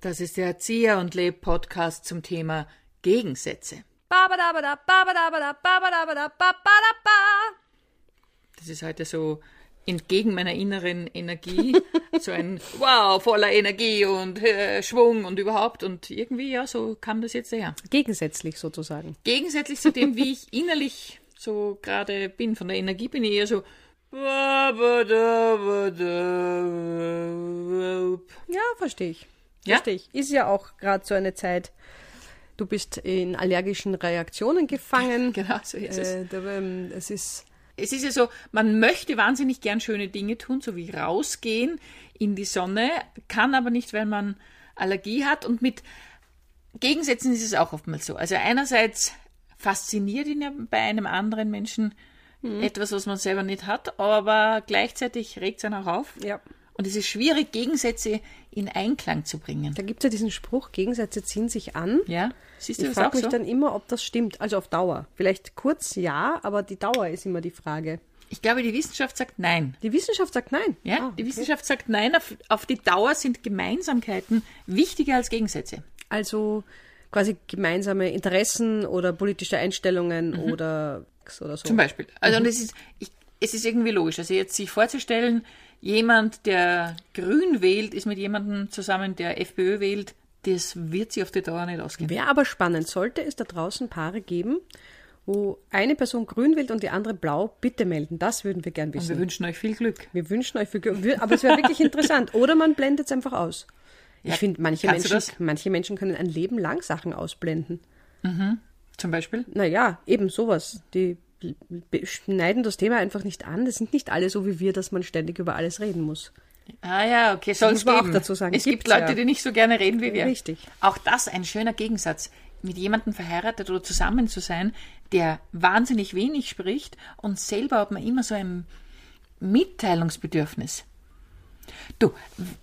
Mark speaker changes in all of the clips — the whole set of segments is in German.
Speaker 1: Das ist der Erzieher und Leb Podcast zum Thema Gegensätze. Das ist heute so entgegen meiner inneren Energie, so ein Wow voller Energie und äh, Schwung und überhaupt und irgendwie ja, so kam das jetzt daher.
Speaker 2: Gegensätzlich sozusagen.
Speaker 1: Gegensätzlich zu dem, wie ich innerlich so gerade bin, von der Energie bin ich eher so
Speaker 2: Ja, verstehe ich.
Speaker 1: Ja?
Speaker 2: Verstehe ich. Ist ja auch gerade so eine Zeit. Du bist in allergischen Reaktionen gefangen.
Speaker 1: Genau, so ist es.
Speaker 2: Äh, da, ähm, es ist
Speaker 1: Es ist ja so, man möchte wahnsinnig gern schöne Dinge tun, so wie rausgehen in die Sonne, kann aber nicht, weil man Allergie hat. Und mit Gegensätzen ist es auch oftmals so. Also einerseits fasziniert ihn ja bei einem anderen Menschen
Speaker 2: Mhm.
Speaker 1: etwas, was man selber nicht hat, aber gleichzeitig regt es einen auch auf.
Speaker 2: Ja.
Speaker 1: Und es ist schwierig, Gegensätze in Einklang zu bringen.
Speaker 2: Da gibt es ja diesen Spruch, Gegensätze ziehen sich an.
Speaker 1: Ja, siehst du
Speaker 2: ich
Speaker 1: das
Speaker 2: frage
Speaker 1: auch
Speaker 2: mich
Speaker 1: so?
Speaker 2: dann immer, ob das stimmt. Also auf Dauer. Vielleicht kurz ja, aber die Dauer ist immer die Frage.
Speaker 1: Ich glaube, die Wissenschaft sagt nein.
Speaker 2: Die Wissenschaft sagt nein.
Speaker 1: Ja,
Speaker 2: Ah,
Speaker 1: die
Speaker 2: okay.
Speaker 1: Wissenschaft sagt nein, auf, auf die Dauer sind Gemeinsamkeiten wichtiger als Gegensätze.
Speaker 2: Also quasi gemeinsame Interessen oder politische Einstellungen oder, oder so.
Speaker 1: Mhm. Zum Beispiel. Also
Speaker 2: Mhm.
Speaker 1: und es ist, ich, es ist irgendwie logisch. Also jetzt sich vorzustellen, jemand, der grün wählt, ist mit jemandem zusammen, der FPÖ wählt, das wird sich auf die Dauer nicht ausgehen.
Speaker 2: Wäre aber spannend, sollte es da draußen Paare geben, wo eine Person grün wählt und die andere blau, bitte melden. Das würden wir gern
Speaker 1: Und wir
Speaker 2: wissen.
Speaker 1: wünschen euch viel Glück.
Speaker 2: Wir wünschen euch viel Glück, wir- aber es wäre wirklich interessant. Oder man blendet es einfach aus.
Speaker 1: Ja,
Speaker 2: ich finde, manche
Speaker 1: kannst du
Speaker 2: Menschen, manche Menschen können ein Leben lang Sachen ausblenden.
Speaker 1: Zum Beispiel.
Speaker 2: Naja, eben sowas. Die be- schneiden das Thema einfach nicht an. Das sind nicht alle so wie wir, dass man ständig über alles reden muss.
Speaker 1: Ah ja, okay, soll
Speaker 2: Muss
Speaker 1: es
Speaker 2: man auch
Speaker 1: geben.
Speaker 2: dazu sagen.
Speaker 1: Es gibt
Speaker 2: Gibt's
Speaker 1: Leute,
Speaker 2: ja.
Speaker 1: die nicht so gerne reden wie wir.
Speaker 2: Richtig.
Speaker 1: Auch das ein schöner Gegensatz. Mit jemandem verheiratet oder zusammen zu sein, der wahnsinnig wenig spricht und selber hat man immer so ein Mitteilungsbedürfnis. Du,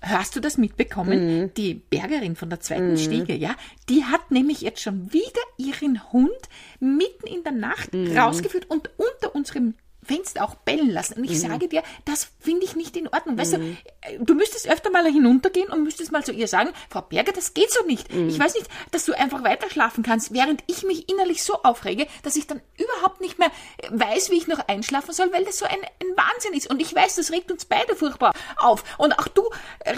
Speaker 1: hast du das mitbekommen? Die Bergerin von der zweiten Stiege, ja, die hat nämlich jetzt schon wieder ihren Hund mitten in der Nacht rausgeführt und unter unserem Fenster auch bellen lassen. Und ich sage dir, das finde ich nicht in Ordnung. Weißt du, du müsstest öfter mal hinuntergehen und müsstest mal zu ihr sagen, Frau Berger, das geht so nicht.
Speaker 2: Mhm.
Speaker 1: Ich weiß nicht, dass du einfach weiter schlafen kannst, während ich mich innerlich so aufrege, dass ich dann überhaupt nicht mehr weiß, wie ich noch einschlafen soll, weil das so ein, ein Wahnsinn ist. Und ich weiß, das regt uns beide furchtbar auf. Und auch du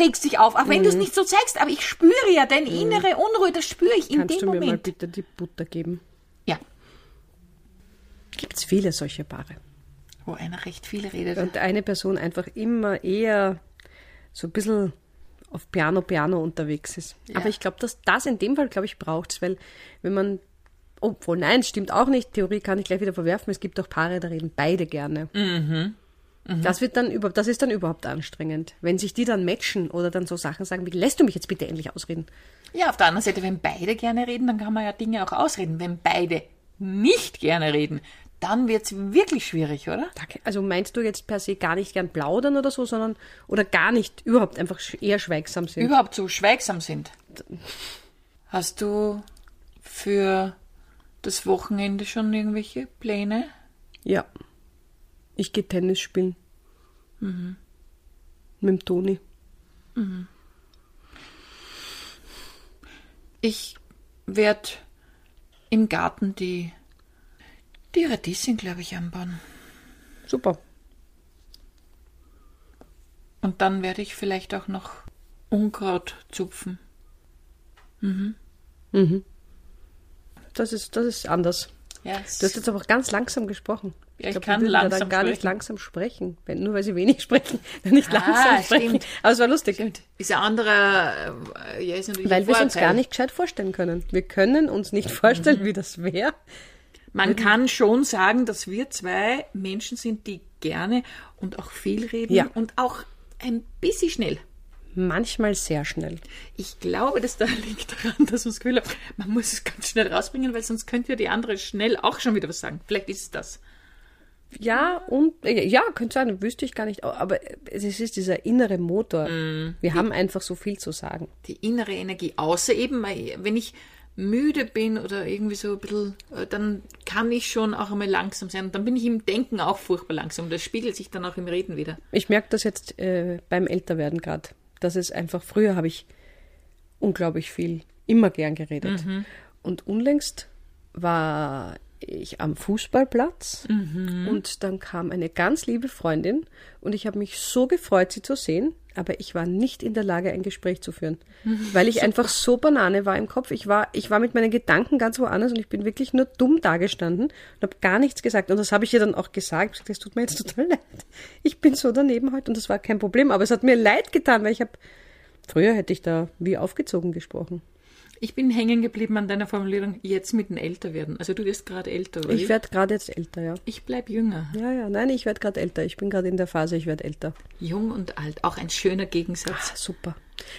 Speaker 1: regst dich auf, auch wenn du
Speaker 2: Mhm.
Speaker 1: es nicht so zeigst. Aber ich spüre ja deine innere Unruhe, das spüre ich in
Speaker 2: Kannst du
Speaker 1: dem
Speaker 2: mir mal
Speaker 1: Moment.
Speaker 2: bitte die Butter geben?
Speaker 1: Ja,
Speaker 2: Gibt es viele solche Paare.
Speaker 1: wo einer recht viel redet.
Speaker 2: Und eine Person einfach immer eher so ein bisschen auf Piano Piano unterwegs ist. Aber ich glaube, dass das in dem Fall, glaube ich, braucht es, weil wenn man, obwohl nein, stimmt auch nicht, Theorie kann ich gleich wieder verwerfen, es gibt auch Paare, da reden beide gerne. Das, wird dann über, das ist dann überhaupt anstrengend. Wenn sich die dann matchen oder dann so Sachen sagen wie, lässt du mich jetzt bitte endlich ausreden?
Speaker 1: Ja, auf der anderen Seite, wenn beide gerne reden, dann kann man ja Dinge auch ausreden. Wenn beide nicht gerne reden, dann wird's wirklich schwierig, oder?
Speaker 2: Danke. Also meinst du jetzt per se gar nicht gern plaudern oder so, sondern, oder gar nicht, überhaupt einfach sch- eher schweigsam sind?
Speaker 1: überhaupt so schweigsam sind. Hast du für das Wochenende schon irgendwelche Pläne? Mhm.
Speaker 2: Ja. Ich gehe Tennis spielen.
Speaker 1: Mhm.
Speaker 2: Mit dem Toni.
Speaker 1: Ich werde im Garten die, die Radieschen, glaube ich, anbauen.
Speaker 2: Super.
Speaker 1: Und dann werde ich vielleicht auch noch Unkraut zupfen.
Speaker 2: Das ist, das ist anders.
Speaker 1: Ja,
Speaker 2: Du hast jetzt aber auch ganz langsam gesprochen.
Speaker 1: Ja, ich
Speaker 2: glaub,
Speaker 1: kann
Speaker 2: wir würden da
Speaker 1: langsam
Speaker 2: dann gar nicht
Speaker 1: sprechen.
Speaker 2: langsam sprechen. Wenn, nur weil sie wenig sprechen, dann nicht
Speaker 1: Ah,
Speaker 2: langsam sprechen.
Speaker 1: stimmt.
Speaker 2: Aber es war lustig.
Speaker 1: ist ein anderer, äh, ja, ist natürlich ein
Speaker 2: Weil wir es uns
Speaker 1: Vorteil.
Speaker 2: gar nicht gescheit vorstellen können. Wir können uns nicht vorstellen, wie das wäre.
Speaker 1: Man kann schon sagen, dass wir zwei Menschen sind, die gerne und auch viel reden
Speaker 2: Ja.
Speaker 1: und auch ein bisschen schnell.
Speaker 2: Manchmal sehr schnell.
Speaker 1: Ich glaube, das da liegt daran, dass man das Gefühl hat, man muss es ganz schnell rausbringen, weil sonst könnte ja die andere schnell auch schon wieder was sagen. Vielleicht ist es das.
Speaker 2: Ja, und äh, ja, könnte sein, wüsste ich gar nicht. Aber es ist dieser innere Motor. Wir haben einfach so viel zu sagen.
Speaker 1: Die innere Energie. Außer eben, wenn ich müde bin oder irgendwie so ein bisschen, äh, dann kann ich schon auch einmal langsam sein. Und dann bin ich im Denken auch furchtbar langsam. Das spiegelt sich dann auch im Reden wieder.
Speaker 2: Ich merke das jetzt äh, beim Älterwerden gerade. Das ist einfach, früher habe ich unglaublich viel, immer gern geredet. Und unlängst war ich am Fußballplatz und dann kam eine ganz liebe Freundin und ich habe mich so gefreut, sie zu sehen, aber ich war nicht in der Lage, ein Gespräch zu führen, weil ich einfach so Banane war im Kopf. Ich war, ich war mit meinen Gedanken ganz woanders und ich bin wirklich nur dumm dagestanden und habe gar nichts gesagt. Und das habe ich ihr dann auch gesagt. Ich hab gesagt, das tut mir jetzt total leid. Ich bin so daneben heute und das war kein Problem, aber es hat mir leid getan, weil ich habe, früher hätte ich da wie aufgezogen gesprochen.
Speaker 1: Ich bin hängen geblieben an deiner Formulierung, jetzt mit dem Älterwerden. Also du wirst gerade älter, oder?
Speaker 2: Ich werde gerade jetzt älter, ja.
Speaker 1: ich bleib jünger.
Speaker 2: Ja, ja, nein, ich werde gerade älter. Ich bin gerade in der Phase, ich werde älter.
Speaker 1: Jung und alt, auch ein schöner Gegensatz.
Speaker 2: Ah, super.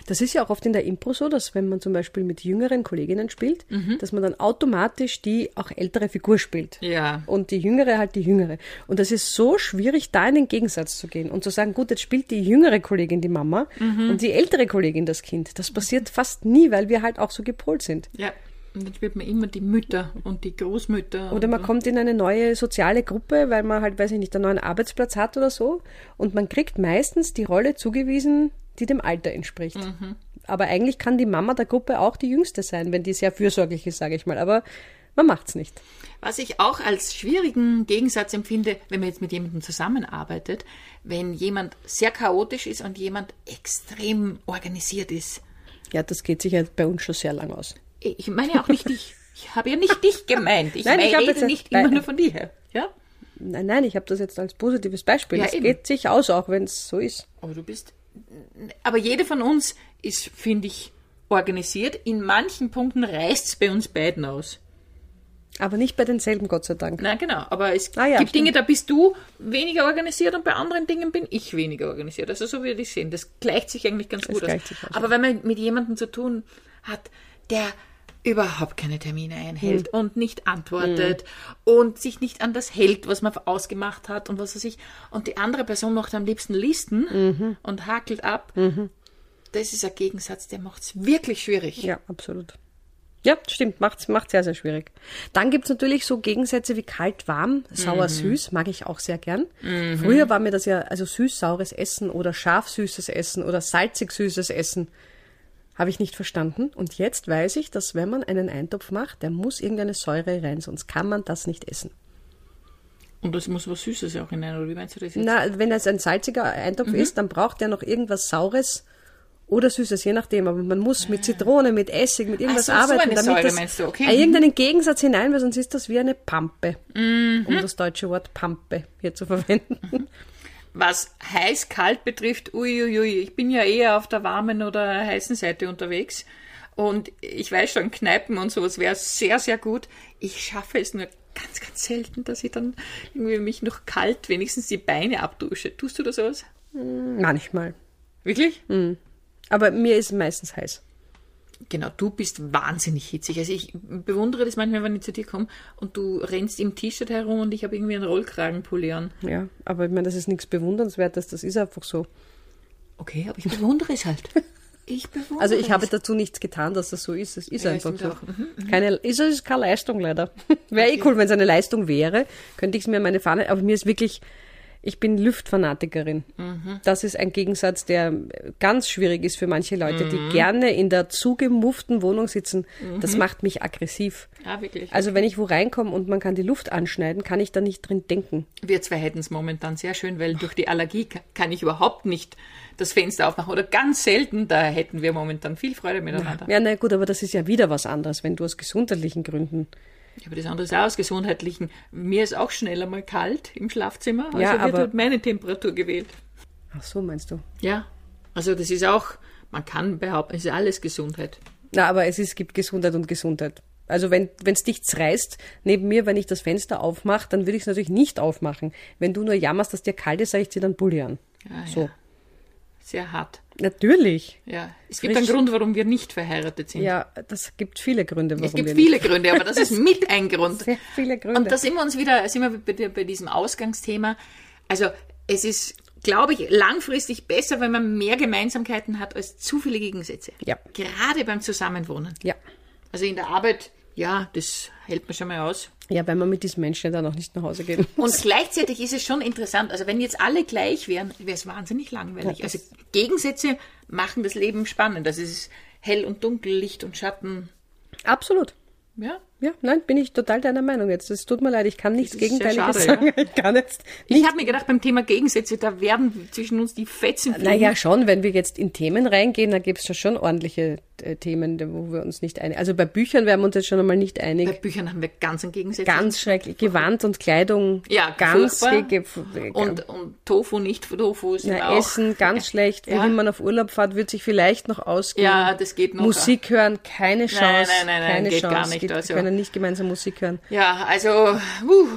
Speaker 2: Das ist ja auch oft in der Impro so, dass wenn man zum Beispiel mit jüngeren Kolleginnen spielt, dass man dann automatisch die auch ältere Figur spielt.
Speaker 1: Ja.
Speaker 2: Und die jüngere halt die jüngere. Und das ist so schwierig, da in den Gegensatz zu gehen und zu sagen, gut, jetzt spielt die jüngere Kollegin die Mama und die ältere Kollegin das Kind. Das passiert fast nie, weil wir halt auch so gepolt sind.
Speaker 1: Ja. Und dann spielt man immer die Mütter und die Großmütter.
Speaker 2: Oder
Speaker 1: und,
Speaker 2: man kommt in eine neue soziale Gruppe, weil man halt, weiß ich nicht, einen neuen Arbeitsplatz hat oder so. Und man kriegt meistens die Rolle zugewiesen, die dem Alter entspricht. Aber eigentlich kann die Mama der Gruppe auch die Jüngste sein, wenn die sehr fürsorglich ist, sage ich mal. Aber man macht's nicht.
Speaker 1: Was ich auch als schwierigen Gegensatz empfinde, wenn man jetzt mit jemandem zusammenarbeitet, wenn jemand sehr chaotisch ist und jemand extrem organisiert ist.
Speaker 2: Ja, das geht sich ja bei uns schon sehr lang aus.
Speaker 1: Ich meine ja auch nicht dich. Ich habe ja nicht dich gemeint. Ich,
Speaker 2: Nein, ich
Speaker 1: meine,
Speaker 2: hab
Speaker 1: rede
Speaker 2: jetzt-
Speaker 1: nicht
Speaker 2: nein.
Speaker 1: immer nur von dir. Ja?
Speaker 2: Nein, nein, ich habe das jetzt als positives Beispiel.
Speaker 1: Ja,
Speaker 2: das
Speaker 1: eben.
Speaker 2: geht sich aus, auch wenn es so ist.
Speaker 1: Aber du bist. Aber jede von uns ist, finde ich, organisiert. In manchen Punkten reißt es bei uns beiden aus.
Speaker 2: Aber nicht bei denselben, Gott sei Dank.
Speaker 1: Na genau, aber es
Speaker 2: Ah ja,
Speaker 1: gibt
Speaker 2: stimmt.
Speaker 1: Dinge, da bist du weniger organisiert und bei anderen Dingen bin ich weniger organisiert. Also so würde ich sehen. Das gleicht sich eigentlich ganz gut aus.
Speaker 2: gleicht sich aus,
Speaker 1: Aber wenn man mit jemandem zu tun hat, der überhaupt keine Termine einhält
Speaker 2: Hm.
Speaker 1: und nicht antwortet und sich nicht an das hält, was man ausgemacht hat und was er sich und die andere Person macht am liebsten Listen
Speaker 2: Mhm.
Speaker 1: und hakelt ab. Das ist ein Gegensatz, der macht es wirklich schwierig.
Speaker 2: Ja, absolut. Ja, stimmt, macht's, macht sehr, sehr schwierig. Dann gibt's natürlich so Gegensätze wie kalt, warm, sauer, süß, mag ich auch sehr gern. Früher war mir das ja, also süß, saures Essen oder scharf süßes Essen oder salzig süßes Essen, habe ich nicht verstanden. Und jetzt weiß ich, dass wenn man einen Eintopf macht, der muss irgendeine Säure rein, sonst kann man das nicht essen.
Speaker 1: Und das muss was Süßes auch hinein, oder wie meinst du das jetzt?
Speaker 2: Na, wenn es ein salziger Eintopf
Speaker 1: Mhm.
Speaker 2: ist, dann braucht er noch irgendwas Saures oder Süßes, je nachdem. Aber man muss mit Zitrone, mit Essig, mit irgendwas
Speaker 1: so, Ah. so
Speaker 2: arbeiten,
Speaker 1: eine
Speaker 2: damit
Speaker 1: Säure
Speaker 2: das
Speaker 1: meinst du, okay.
Speaker 2: äh, irgendeinen Gegensatz hinein, weil sonst ist das wie eine Pampe,
Speaker 1: Mhm.
Speaker 2: um das deutsche Wort Pampe hier zu verwenden.
Speaker 1: Was heiß-kalt betrifft, uiuiui, ich bin ja eher auf der warmen oder heißen Seite unterwegs. Und ich weiß schon, Kneipen und sowas wäre sehr, sehr gut. Ich schaffe es nur ganz, ganz selten, dass ich dann irgendwie mich noch kalt wenigstens die Beine abdusche. Tust du das Hm. sowas?
Speaker 2: Manchmal.
Speaker 1: Wirklich?
Speaker 2: Aber mir ist meistens heiß.
Speaker 1: Genau, du bist wahnsinnig hitzig. Also ich bewundere das manchmal, wenn ich zu dir komme und du rennst im T-Shirt herum und ich habe irgendwie einen Rollkragenpulli an.
Speaker 2: Ja, aber ich meine, das ist nichts Bewundernswertes, das ist einfach so.
Speaker 1: Okay, aber ich bewundere es halt. Ich bewundere
Speaker 2: Also ich habe
Speaker 1: es.
Speaker 2: dazu nichts getan, dass das so ist. Es ist
Speaker 1: Ja,
Speaker 2: einfach
Speaker 1: stimmt
Speaker 2: so.
Speaker 1: auch. Mhm,
Speaker 2: Keine, ist, ist keine Leistung leider. Wäre eh cool, wenn es eine Leistung wäre, könnte ich es mir an meine Fahne. Aber mir ist wirklich, ich bin Lüftfanatikerin.
Speaker 1: Mhm.
Speaker 2: Das ist ein Gegensatz, der ganz schwierig ist für manche Leute,
Speaker 1: Mhm.
Speaker 2: die gerne in der zugemufften Wohnung sitzen. Das macht mich aggressiv.
Speaker 1: Ah, wirklich.
Speaker 2: Also wenn ich wo reinkomme und man kann die Luft anschneiden, kann ich da nicht drin denken.
Speaker 1: Wir zwei hätten es momentan sehr schön, weil durch die Allergie ka- kann ich überhaupt nicht das Fenster aufmachen oder ganz selten, da hätten wir momentan viel Freude miteinander.
Speaker 2: Ja, na gut, aber das ist ja wieder was anderes, wenn du aus gesundheitlichen Gründen
Speaker 1: Ich habe das andere ist auch aus gesundheitlichen. Mir ist auch schnell einmal kalt im Schlafzimmer, also
Speaker 2: Ja,
Speaker 1: wird
Speaker 2: aber-
Speaker 1: halt meine Temperatur gewählt.
Speaker 2: Ach so, meinst du?
Speaker 1: Ja, also das ist auch, man kann behaupten, es ist alles Gesundheit.
Speaker 2: Na, aber es ist, gibt Gesundheit und Gesundheit. Also wenn es dich zerreißt, neben mir, wenn ich das Fenster aufmache, dann würde ich es natürlich nicht aufmachen. Wenn du nur jammerst, dass dir kalt ist, sage ich dir dann Bulli an.
Speaker 1: Ja,
Speaker 2: so.
Speaker 1: Ah ja. Sehr hart.
Speaker 2: Natürlich.
Speaker 1: Ja, es gibt
Speaker 2: Frisch-
Speaker 1: einen Grund, warum wir nicht verheiratet sind.
Speaker 2: Ja, das gibt viele Gründe, warum
Speaker 1: Es gibt
Speaker 2: wir
Speaker 1: viele Gründe, aber das ist mit ein Grund.
Speaker 2: Sehr viele Gründe.
Speaker 1: Und da sind wir uns wieder, sind wir bei, der- bei diesem Ausgangsthema. Also es ist, glaube ich, langfristig besser, wenn man mehr Gemeinsamkeiten hat als zu viele Gegensätze.
Speaker 2: Ja.
Speaker 1: Gerade beim Zusammenwohnen.
Speaker 2: Nicht. Ja.
Speaker 1: Also in der Arbeit, ja, das hält man schon mal aus.
Speaker 2: Ja, weil man mit diesen Menschen dann auch nicht nach Hause geht.
Speaker 1: Und gleichzeitig ist es schon interessant. Also wenn jetzt alle gleich wären, wäre es wahnsinnig langweilig.
Speaker 2: Ja, das-
Speaker 1: also Gegensätze machen das Leben spannend. Also es ist hell und dunkel, Licht und Schatten.
Speaker 2: Absolut.
Speaker 1: Ja,
Speaker 2: Ja, nein, bin ich total deiner Meinung jetzt. Es tut mir leid, ich kann nichts
Speaker 1: Das ist sehr
Speaker 2: Gegenteiliges
Speaker 1: schade,
Speaker 2: sagen. Ich kann jetzt
Speaker 1: Ich habe mir gedacht, beim Thema Gegensätze, da werden zwischen uns die Fetzen fliegen.
Speaker 2: Naja, schon, wenn wir jetzt in Themen reingehen, da gibt es ja schon ordentliche äh, Themen, wo wir uns nicht einig Also bei Büchern wären wir uns jetzt schon einmal nicht einig.
Speaker 1: Bei Büchern haben wir ganz einen Gegensatz.
Speaker 2: ganz schrecklich. Gewand und Kleidung.
Speaker 1: ja,
Speaker 2: ganz.
Speaker 1: furchtbar.
Speaker 2: ge- ge- äh,
Speaker 1: und, und Tofu, nicht Tofu ist
Speaker 2: na,
Speaker 1: auch.
Speaker 2: Essen ganz schlecht.
Speaker 1: Ja.
Speaker 2: Wohin man auf Urlaub fährt, wird sich vielleicht noch ausgehen.
Speaker 1: Ja, das geht noch.
Speaker 2: Musik hören, keine Chance.
Speaker 1: nein, nein, nein,
Speaker 2: keine
Speaker 1: geht
Speaker 2: Chance.
Speaker 1: gar nicht,
Speaker 2: Geht,
Speaker 1: also.
Speaker 2: Wir können nicht gemeinsam Musik hören.
Speaker 1: Ja, also, puh,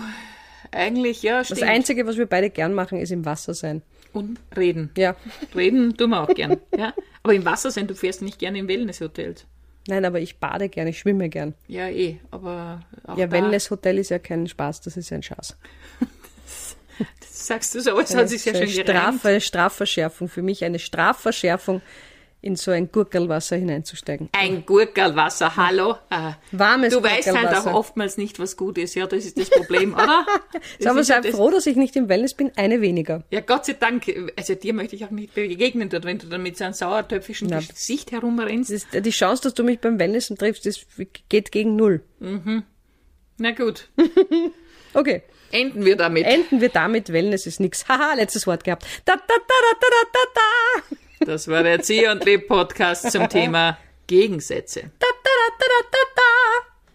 Speaker 1: eigentlich, ja,
Speaker 2: Das
Speaker 1: stimmt.
Speaker 2: Einzige, was wir beide gern machen, ist im Wasser sein.
Speaker 1: und reden.
Speaker 2: Ja.
Speaker 1: Reden tun wir auch gern. ja. Aber im Wasser sein, du fährst nicht gerne in Wellnesshotels.
Speaker 2: Nein, aber ich bade gern, ich schwimme gern.
Speaker 1: Ja, eh, aber auch
Speaker 2: ja,
Speaker 1: da
Speaker 2: Wellness-Hotel ist ja kein Spaß, das ist ein Schatz.
Speaker 1: sagst du so, es hat sich ja schon gereimt.
Speaker 2: Strafe, Strafverschärfung, für mich eine Strafverschärfung, in so ein Gurkelwasser hineinzusteigen.
Speaker 1: Ein Gurkelwasser, hallo. Äh,
Speaker 2: Warmes
Speaker 1: Du weißt halt auch
Speaker 2: Gurkelwasser.
Speaker 1: oftmals nicht, was gut ist. Ja, das ist das Problem, oder?
Speaker 2: Sag
Speaker 1: Das
Speaker 2: mal,
Speaker 1: ist ja
Speaker 2: sei
Speaker 1: das-
Speaker 2: froh, dass ich nicht im Wellness bin, eine weniger.
Speaker 1: Ja, Gott sei Dank. Also dir möchte ich auch nicht begegnen dort, wenn du dann mit so einem sauertöpfischen
Speaker 2: Na.
Speaker 1: Gesicht herumrennst.
Speaker 2: Das ist, die Chance, dass du mich beim Wellness triffst, das geht gegen null.
Speaker 1: Na gut,
Speaker 2: Okay,
Speaker 1: enden wir damit.
Speaker 2: enden wir damit, Wellness ist nix. Haha, letztes Wort gehabt. Da, da, da, da, da, da, da, da.
Speaker 1: Das war der Zieh und Leb Podcast zum Thema Gegensätze.
Speaker 2: Da, da, da, da, da, da,